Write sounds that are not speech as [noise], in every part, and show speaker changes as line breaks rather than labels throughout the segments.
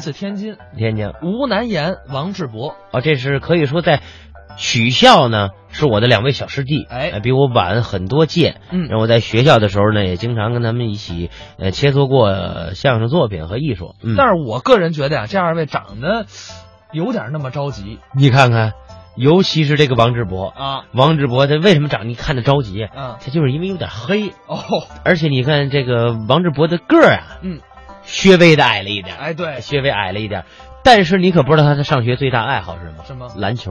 自天津，
天津
吴南言、王志博，
哦，这是可以说在曲校呢，是我的两位小师弟，呃
哎
比我晚很多届。
嗯
然后我在学校的时候呢，也经常跟他们一起呃切磋过呃相声作品和艺术。嗯，
但是我个人觉得呀、这二位长得有点那么着急
你看看，尤其是这个王志博，
啊，
王志博他为什么长得你看着着急？啊
嗯，
他就是因为有点黑，
哦，
而且你看这个王志博的个儿啊，
嗯，
稍微的矮了一点，
哎，对，
稍微矮了一点。但是你可不知道他的上学最大爱好是什么？
什么？
篮球。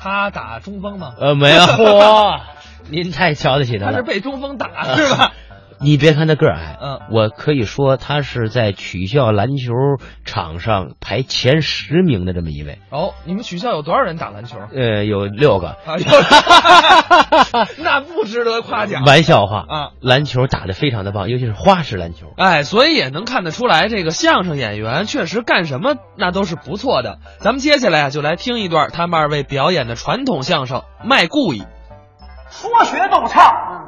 他打中锋吗？
呃，没有。嚯， [laughs] 您太瞧得起他
他是
了。
被中锋打是吧？
你别看他个儿矮，
嗯，
我可以说他是在曲校篮球场上排前十名的这么一位。
哦，你们学校有多少人打篮 [laughs] 球？
呃，有六个。
啊，有 [laughs] 那不值得夸奖
玩笑话，
啊！
篮球打得非常的棒，尤其是花式篮球。
哎，所以也能看得出来，这个相声演员确实干什么那都是不错的。咱们接下来啊，就来听一段他们二位表演的传统相声《卖故意》。
说学逗唱，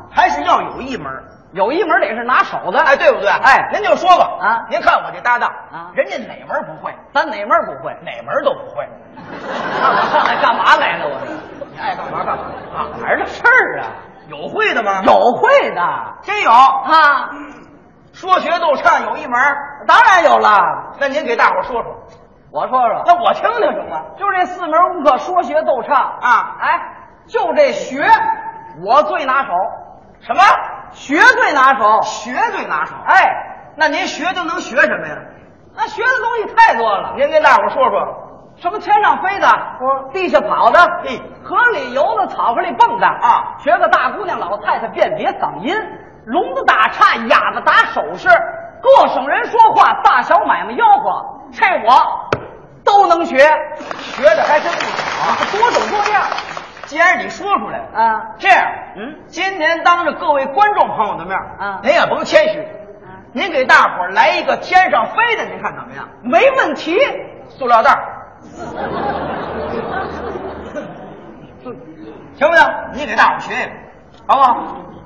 还是要有一门儿。
嗯有一门得是拿手的，
哎，对不对？哎，您就说吧
啊
您看我这搭档
啊
人家哪门儿不会，
咱哪门儿不会？
哪门儿都不会。
那我上来干嘛来了？我这
你爱干嘛干嘛啊？
哪儿的事儿啊？
有会的吗？，
有会的
真有。
啊，
说学逗唱有一门儿，
当然有了。
那您给大伙儿说说，
我说说，
那我听听行吗？
就这四门功课，说学逗唱
啊
哎，就这学，我最拿手，
什么
学最拿手。
学最拿手？
哎，
那您学都能学什么呀？
那学的东西太多了，
您跟大伙儿说说。
什么天上飞的，地下跑的，
嘿
河里游的，草缝里蹦的
啊
学个大姑娘老太太辨别嗓音，聋子打岔，哑子打手势，各省人说话，大小买卖吆喝，这我都能学，
学的还真不少啊！
多种多样
既然你说出来了，
啊。
这样，
嗯，
今天当着各位观众朋友的面儿，
啊
您也甭谦虚，您给大伙儿来一个天上飞的，您看怎么样？
没问题，
塑料袋儿，行不行？你给大伙儿学一个，好不好？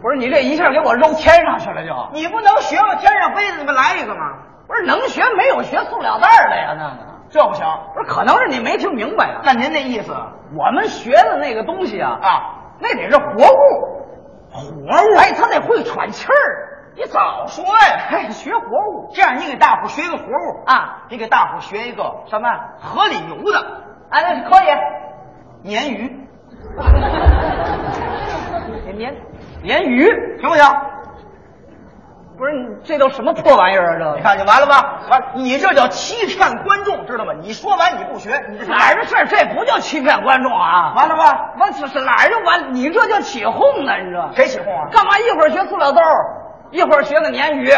不是你这一下给我扔天上去了就，
你不能学了天上飞的，你不来一个吗？
不是能学没有学塑料袋儿的呀？那个
这不行。
不是可能是你没听明白啊？
那您那意思
我们学的那个东西啊，
啊，
那得是活物，活物。哎，他得会喘气儿。你早
说
[laughs]
呀
哎，学活物
这样你给大伙儿学一个活物，
啊？
你给大伙儿学一个
什么？
河里游的
哎，那可以。
鲶鱼，
鲶鲶鱼
行不行？
不是你这都什么破玩意儿啊？
你看就完了吧？完，你这叫欺骗观众，知道吗？你说完你不学，你
这
这
哪儿的事儿？这不叫欺骗观众啊！
完了吧？
完是是哪儿就完？你这叫起哄呢？你这
谁起哄啊？
干嘛一会儿学塑料豆儿，一会儿学个鲶鱼？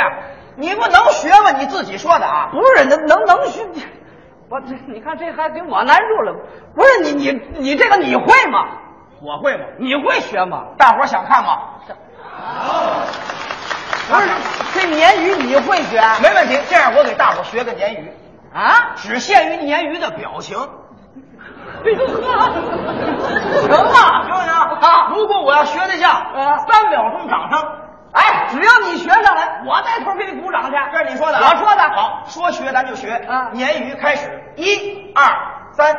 你不能学问，你自己说的啊！
不是能能能学？我这你看这还给我难住了。不是你你你这个你会吗？
我会吗？
你会学吗？
大伙儿想看吗？
不是，这鲶鱼你会学
没问题。这样我给大伙儿学个鲶鱼，
啊？
只限于鲶鱼的表情，
[laughs] 哎呦呵，行
行不
吧，
行啊？如果我要学得像，三秒钟掌声。
哎，只要你学上来，我带头给你鼓掌去。
这是你说的啊，
我说的。
好，说学咱就学。
啊
鲶鱼开始，一二
[laughs]
三。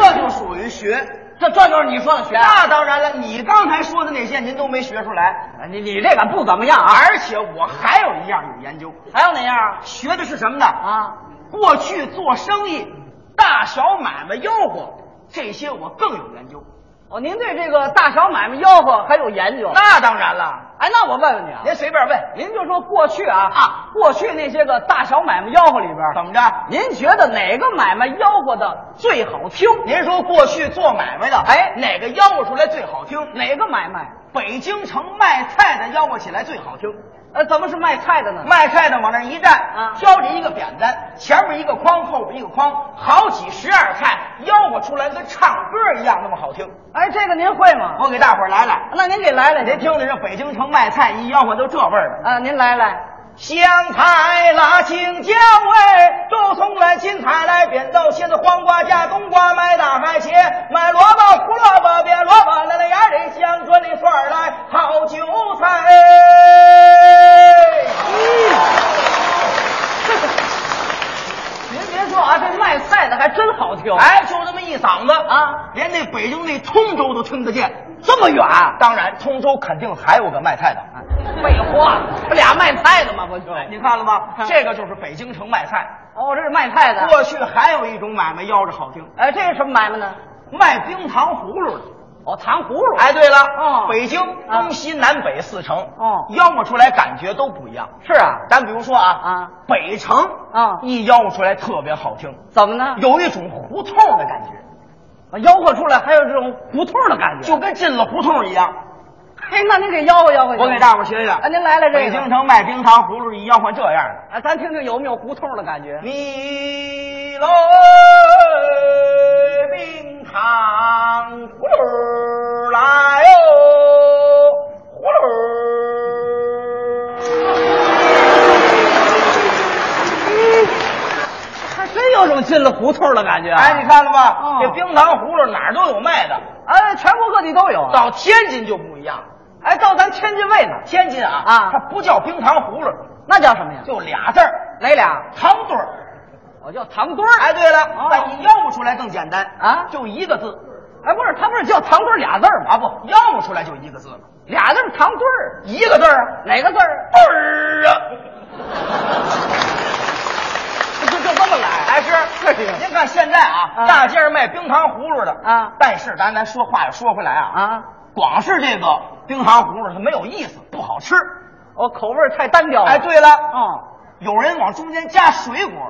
这就属于学。
这这就是你说的学。
那当然了，你刚才说的那些您都没学出来，
你你这个不怎么样啊？
而且我还有一样有研究，
还有哪样
学的是什么呢？啊，
啊？
过去做生意，大小买卖吆喝，这些我更有研究。
哦，您对这个大小买卖吆喝还有研究？
那当然了，
哎，那我问问你啊，
您随便问，
您就说过去啊
啊，
过去那些个大小买卖吆喝里边
怎
儿，
么着？
您觉得哪个买卖吆喝的最好听？
您说过去做买卖的，
哎
哪个吆喝出来最好听？
哪个买卖？
北京城卖菜的吆喝起来最好听。
呃，怎么是卖菜的呢？
卖菜的往那儿一站，
啊
挑着一个扁担，前面一个筐，后边一个筐，好几十样菜，吆喝出来跟唱歌一样那么好听。
哎，这个您会吗？
我给大伙儿来来，
啊那您给来来，
您听听这北京城卖菜一吆喝都这味儿的，
啊，您来来，
香菜啦、青椒哎，都从了芹菜来扁豆，现在黄瓜加冬瓜，买大海茄，买萝卜、胡萝卜、扁萝卜，来来芽里香椿里蒜儿来，好韭菜。
您别说啊，这卖菜的还真好听。
哎，就这么一嗓子
啊，
连那北京那通州都听得见。
这么远，
当然，通州肯定还有个卖菜的。哎
废话，不啊 [laughs] 俩卖菜的吗？不就？
你看了吗？
嗯
这个就是北京城卖菜。
哦，这是卖菜的。
过去还有一种买卖吆着好听，
哎，这是什么买卖呢？
卖冰糖葫芦的。
哦，糖葫芦。
哎，对了，
哦
北京
啊
东西南北四城，
哦
吆喝出来感觉都不一样。
是啊，
咱比如说啊，
啊，
北城
啊
一吆喝出来特别好听，
怎么呢？
有一种胡同的感觉，
啊吆喝出来，还有这种胡同的感觉。
就跟进了胡同一样。
嘿，哎那您给吆喝吆喝
[laughs]
去。
我给大伙儿学学，
啊，您来了这个。
北京城卖冰糖葫芦一吆喝这样的。
啊，咱听听有没有胡同的感觉？
嗯你来冰糖葫芦来哦，葫芦。
还真有种进了胡同的感觉啊！
哎，你看了吧？
哦
这冰糖葫芦哪儿都有卖的，
哎，全国各地都有。啊
到天津就不一样。
哎，到咱天津卫呢，
天津啊，
啊
它不叫冰糖葫芦，
那叫什么呀？
嗯就俩字儿，
哪俩？
糖墩儿。
我叫糖墩儿。
哎，对了，
哦
但你吆不出来更简单
啊
就一个字
哎，不是，他不是叫糖墩儿俩字儿吗？
啊，不吆不出来就一个字，
俩字儿糖墩儿，
一个字儿啊，
哪个字儿？
墩儿啊。
[laughs] 就就这么来。
哎，是是，您看现在啊，
啊
大街上卖冰糖葫芦的
啊
但是咱咱说话又说回来啊，
啊，
光是这个冰糖葫芦它没有意思，不好吃。
我哦口味儿太单调了。
哎，，对了，
哦，
有人往中间加水果，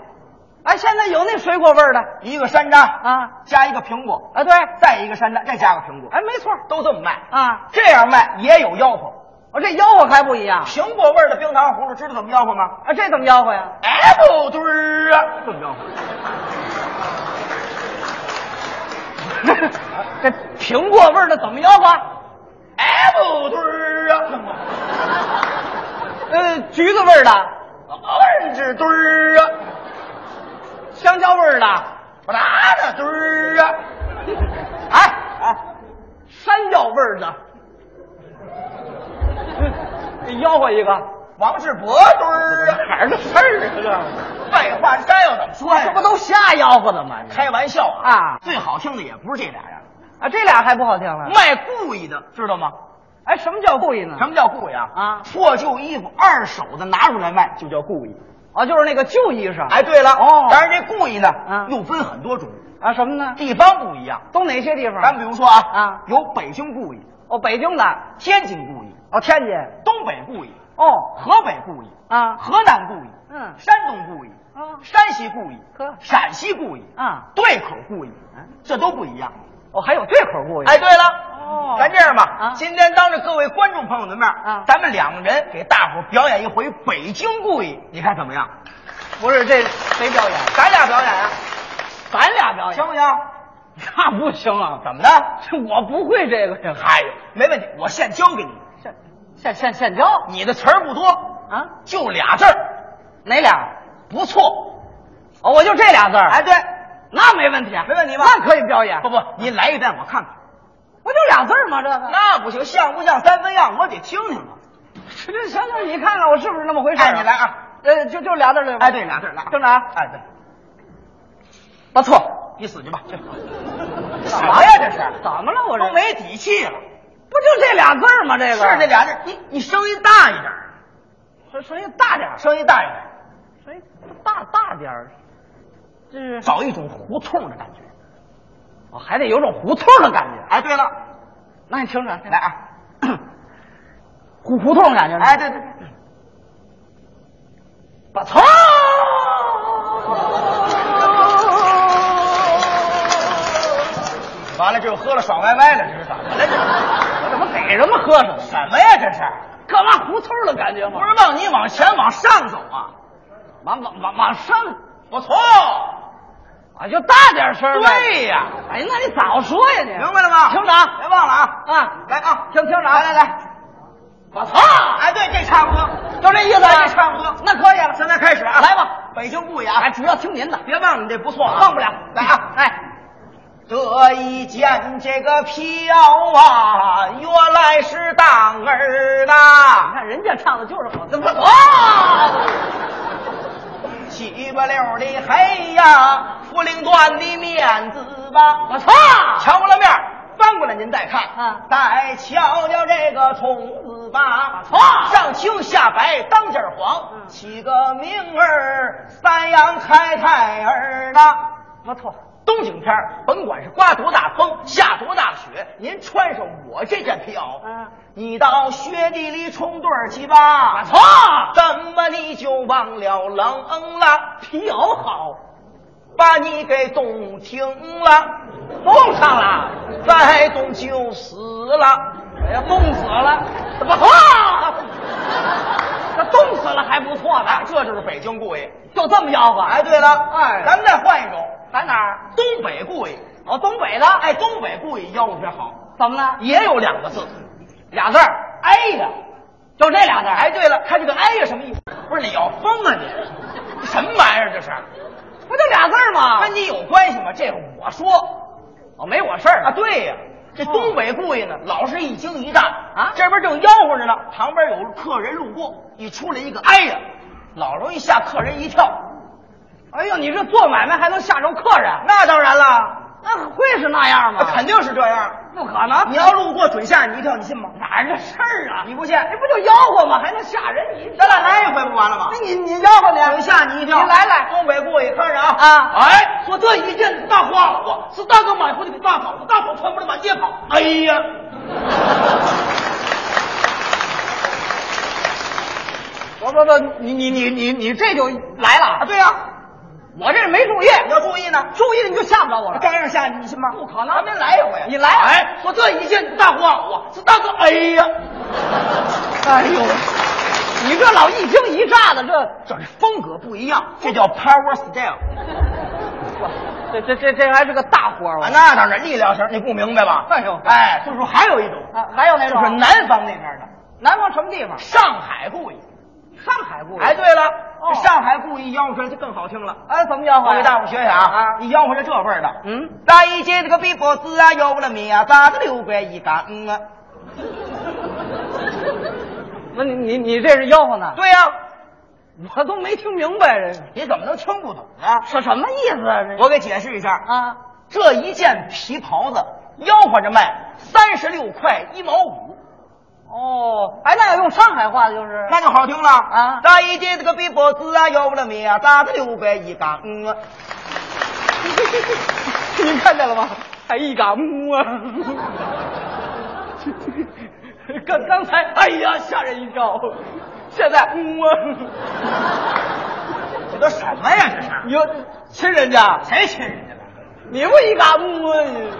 哎，现在有那水果味儿的
一个山楂
啊
加一个苹果，
啊，对，
再一个山楂，再加个苹果，
哎，没错儿
都这么卖。
啊，
这样卖也有吆喝，
我这吆喝还不一样
苹果味儿的冰糖葫芦知道怎么吆喝吗
啊，这怎么吆喝呀？
？Apple 墩儿啊，这么吆喝。
这苹果味儿的怎么吆喝？
Apple 墩儿啊，怎么吆喝？
呃，橘子味儿的，
orange 墩儿啊
香蕉味儿的，
，banana 墩儿啊，
哎哎，山药味儿的。嗯你吆喝一个，
王世博墩儿啊，
儿的事儿啊？
废话，山药怎么
这
说
个，啊这不
呀？
都瞎吆喝的吗？你
开玩笑啊！
啊
最好听的也不是这俩人，
啊，这俩还不好听了。
卖故意的，知道吗？
哎，什么叫故意呢？
嗯什么叫故意啊？
啊
破旧衣服二手的拿出来卖就叫故意。
啊，就是那个旧衣裳。
哎，对了，
哦
当然这故意呢，
啊
又分很多种，
啊，什么呢？
地方不一样。
都哪些地
嗯
方？
咱比如说啊，
嗯啊
有北京故意、
哦，北京的，
天津故意、
哦，天津，
东北故意、
哦，
河北故意、
啊，
河南故意、
嗯，
山东故意、
啊，
山西故意、
呵，
陕西故意、
啊，
对口故意，这都不一样。
哦，还有这口故意。
哎，对了，
哦
咱这样吧，
啊
今天当着各位观众朋友的面，
啊
咱们两个人给大伙表演一回北京故意，你看怎么样？
不是这谁表演？
咱俩表演啊，
咱俩表
行不行？
那不行啊，
怎么的？
这我不会这个呀。
嗨，没问题，我现教给你，
现现现现教
你的词儿不多，
啊？
就俩字儿，
哪俩？
不错。
哦，我就这俩字儿。
哎，，对，
那没问题，
没问题啊吧
那可以表演。
啊不不，你来一遍我看看。
不就俩字儿吗？这个
那不行，像不像三分样，我得听听啊。
这这行行，你看看我是不是那么回事儿？
哎，你来。啊！
呃，就就俩字儿对吧？
哎，对，俩字儿，俩字儿
正常。
哎，对。
不错。
你死去吧！去。 [laughs] 什么呀？这是
怎么了？我这
都没底气了。
不就这俩字儿吗？这个
是这俩字，你你声音大一点，
声声音大点儿，
声音大一点，
声音大大点儿，这是
找一种胡同的感觉。
我还得有种胡同的感觉。
哎，对了，
那你听着，
来啊！
胡胡同的感觉。
哎，，对对，
不错。
完了，这又喝了爽歪歪了，这是怎么了？这
我怎么给什么喝什么？
是什么呀？这是
干嘛胡同的感觉
不
吗？
是往你往前往上走啊？
往往往往上
不错，
啊，就大点声儿呗。
对呀，
哎，那你早说呀你。
明白了吗？
听着啊，
别忘了啊！
啊，
来啊，
听听着啊，
来来来，
不错。
哎，对，这差不多。
就这意思
哎
吧？
这差不多
那可以了。
现在开始啊
来吧，
北京故意啊
哎，，主要听您的，
别忘了你这不错啊，
忘不了。
来啊，
哎，
这一见这个飘啊，原来是当儿
你
呐，
看人家唱的就是好听。
哇！七八六的黑呀，福陵段的面子吧，
我操！
瞧过了面儿，翻过来您再看，
嗯
再瞧瞧这个虫子吧，
哇
上青下白当家黄，
嗯
起个名儿，三阳开泰儿呐。
我错。
东景天儿，甭管是刮多大风，下多大雪，您穿上我这件皮袄，
嗯
你到雪地里冲盹儿去吧。
错
怎么你就忘了冷了？皮袄好，把你给冻停了，冻上了，再冻就死了。
哎呀，冻死了！
怎么啊？
这冻死了还不错呢，
哎这就是北京故意。
就这么吆喝。
哎，对了，
哎
咱们再换一种，
在哪儿？
东北故意。
哦，东北的。
哎，东北故意吆喝学好。
怎么了？
也有两个字，俩字儿哎呀，
就这俩字儿
哎，对了，看这个哎呀什么意思？不是你要疯啊你？什么玩意儿这是？
不就俩字儿吗？
跟你有关系吗？这个我说
哦，没我事儿
啊，对呀、这
哦
东北故意呢，老是一惊一乍
啊
这边正吆喝着呢，旁边有客人路过，一出来一个哎呀，老容易吓客人一跳。
哎呦，你这做买卖还能吓着客人？
那当然了，
那会是那样
那
吗？
肯定是这样。
不可能。
你要路过准吓你一跳，你信吗？
哪儿的事儿啊？
你不信？
这不就吆喝吗？还能吓人一跳？
咱俩来一回不完了吗？
那你你吆喝呢？
我吓你一跳！
你来来，
东北故意看着啊
啊
哎，我这一件大花袄是大哥买回来给大嫂子，大嫂穿不了满街跑。哎呀，
不不不，你你你你你这就来了
啊对呀、
我这没注意，
你要注意呢，
注意了你就吓不着我了。
照样吓你，你信吗？
不可能
咱们来一回，
你来啊
哎，我这一件大花袄是大哥，哎呀，哎呦，
[laughs] 你这老一惊一乍的，这
这风格不一样，这叫 power style
[laughs] 这这这这还是个大活儿
啊！那当然，力量型你不明白吧？
哎呦
哎，所以说还有一种，
啊，还有那
就是
种
南方那边的
南方什么地方？
上海故意。
上海故意。
哎，，对了，
哦
这上海故意吆喝出来就更好听了。
哎，怎么吆喝
我
呀？
给大伙学学啊！
啊
你吆喝着这味儿的，
嗯，
咱一见这个比脖子啊，要不了命啊，咋个六百一杆嗯啊？
那你你你这是吆喝呢？
对呀、
我都没听明白这
你怎么能听不懂呢？
是什么意思啊？这
我给解释一下，
啊，
这一件皮袍子吆喝着卖三十六块一毛五，
哦，哎，那要用上海话的就是
那就好听了
啊
咱一见这个比脖子啊，要不了命啊，咋个六百一
[laughs]
杆嗯啊？
您看见了吗？还
哎
一嘎木啊！ [laughs] 刚刚才哎呀吓人一跳，现在木啊！
[laughs] 这都什么呀？这是
哟，亲人家，
谁亲人家了？
你不一嘎木啊你？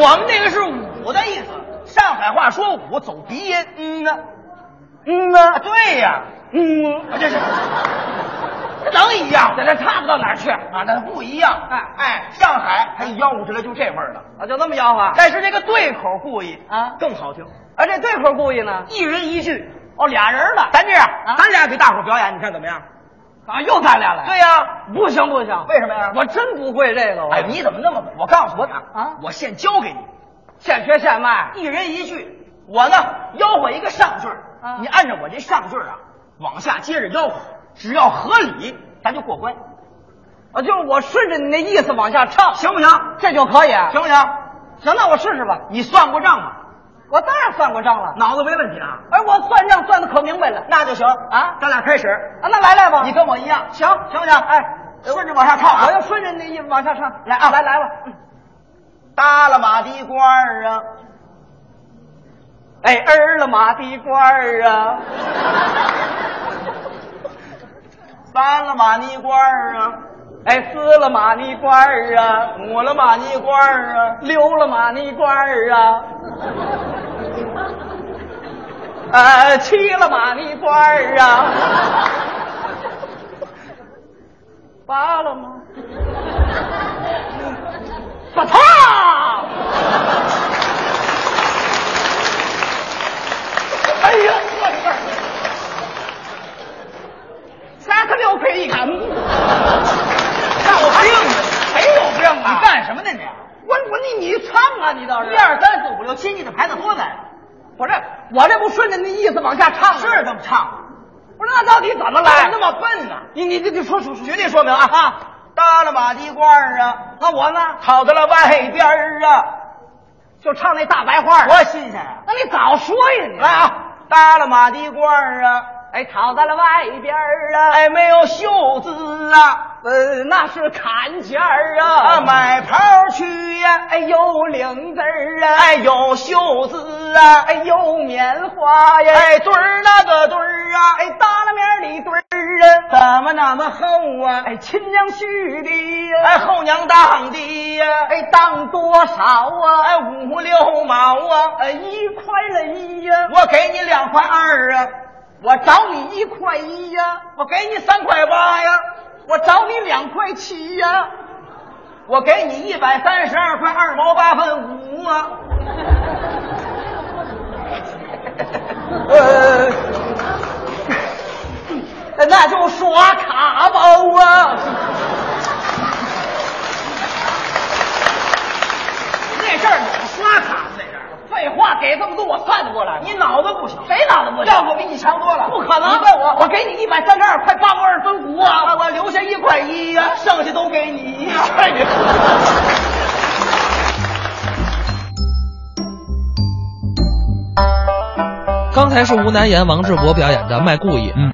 我们这个是五的意思，上海话说五走鼻音，嗯啊，
嗯
啊
啊，
对呀、
嗯啊，
啊，这是这能一样？
这这差不到哪儿去啊？
啊，那不一样。
哎
哎，上海它一吆喝出来就这味儿了。
啊就这么吆喝？
但是这个对口故意
啊
更好听，
啊，这对口故意呢？
一人一句。
哦，俩人了，
咱这样，
啊
咱俩给大伙儿表演，你看怎么样？
啊，又咱俩来？
对呀，
不行不行，
为什么呀
我真不会这个，我
哎，你怎么那么？我告诉你
啊
我现教给你，
现学现卖。
一人一句。我呢，吆喝一个上句儿
啊
你按照我这上句儿啊，往下接着吆喝，只要合理，咱就过关，
啊，就是我顺着你那意思往下唱，
行不行？
这就可以。行
行不行？
行，那我试试吧。
你算过账吗？
我当然算过账了。
脑子没问题啊？
哎，我算账算的可明白了。
那就行
啊
咱俩开始，
啊，那来来吧，
你跟我一样，
行
行不行？
哎，
顺着往下唱啊
我要顺着那意思往下唱。
来啊
来来吧。嗯
耷拉马蹄官儿啊，
哎，儿了马蹄官儿啊，
三了马尼官儿啊，
哎，撕了马蹄官儿啊，
五了马尼官儿啊，
溜了马蹄官儿啊，呃，七了马蹄官儿啊，八了 [laughs] 吗？把他。
哎呀，我的
腰背一杆子。那我病呢？谁有病啊？你干什么呢你？我我你你唱啊你倒是。一二三四五六七，你的牌子多难。我这我这不顺着那意思往下唱是这么唱。不是那到底怎么来？那么笨呢？你你你你说说说，
举例说明啊哈，搭了马蹄罐儿啊，
那我呢？
跑到了外边儿啊，
就唱那大白话。
多新鲜啊！
那你早说呀你！
来，啊，搭了马蹄罐儿啊，
哎，跑到了外边儿啊，
哎，没有袖子啊，
呃，那是坎肩儿
啊，
啊，
买袍去呀、
哎有领子儿啊，
哎，有袖子啊，哎，
哎有棉花呀，
哎，堆儿那个堆儿啊，
哎
哎，
耷拉面儿里堆儿啊，
怎么那么厚啊？
哎亲娘婿的呀，
哎，后娘当的呀，
哎当多少啊，
哎，五六毛啊，
哎一块了一呀，
我给你两块二啊，
我找你一块一呀，
我给你三块八呀、
我找你两块七呀，
我给你一百三十二块二毛八分五
[laughs]
啊！呃，
那就刷卡包啊。那阵儿哪刷卡那阵儿？废话，给这么多我算得过来吗？
你脑子不行，
谁脑子不行？
要不比你强多了。
不可能！
你问我，
我给你一百三十二块八毛二分五
我
啊！
我留下一块一呀、剩下都给你呀、
刚才是吴南言、王志博表演的《卖故意》。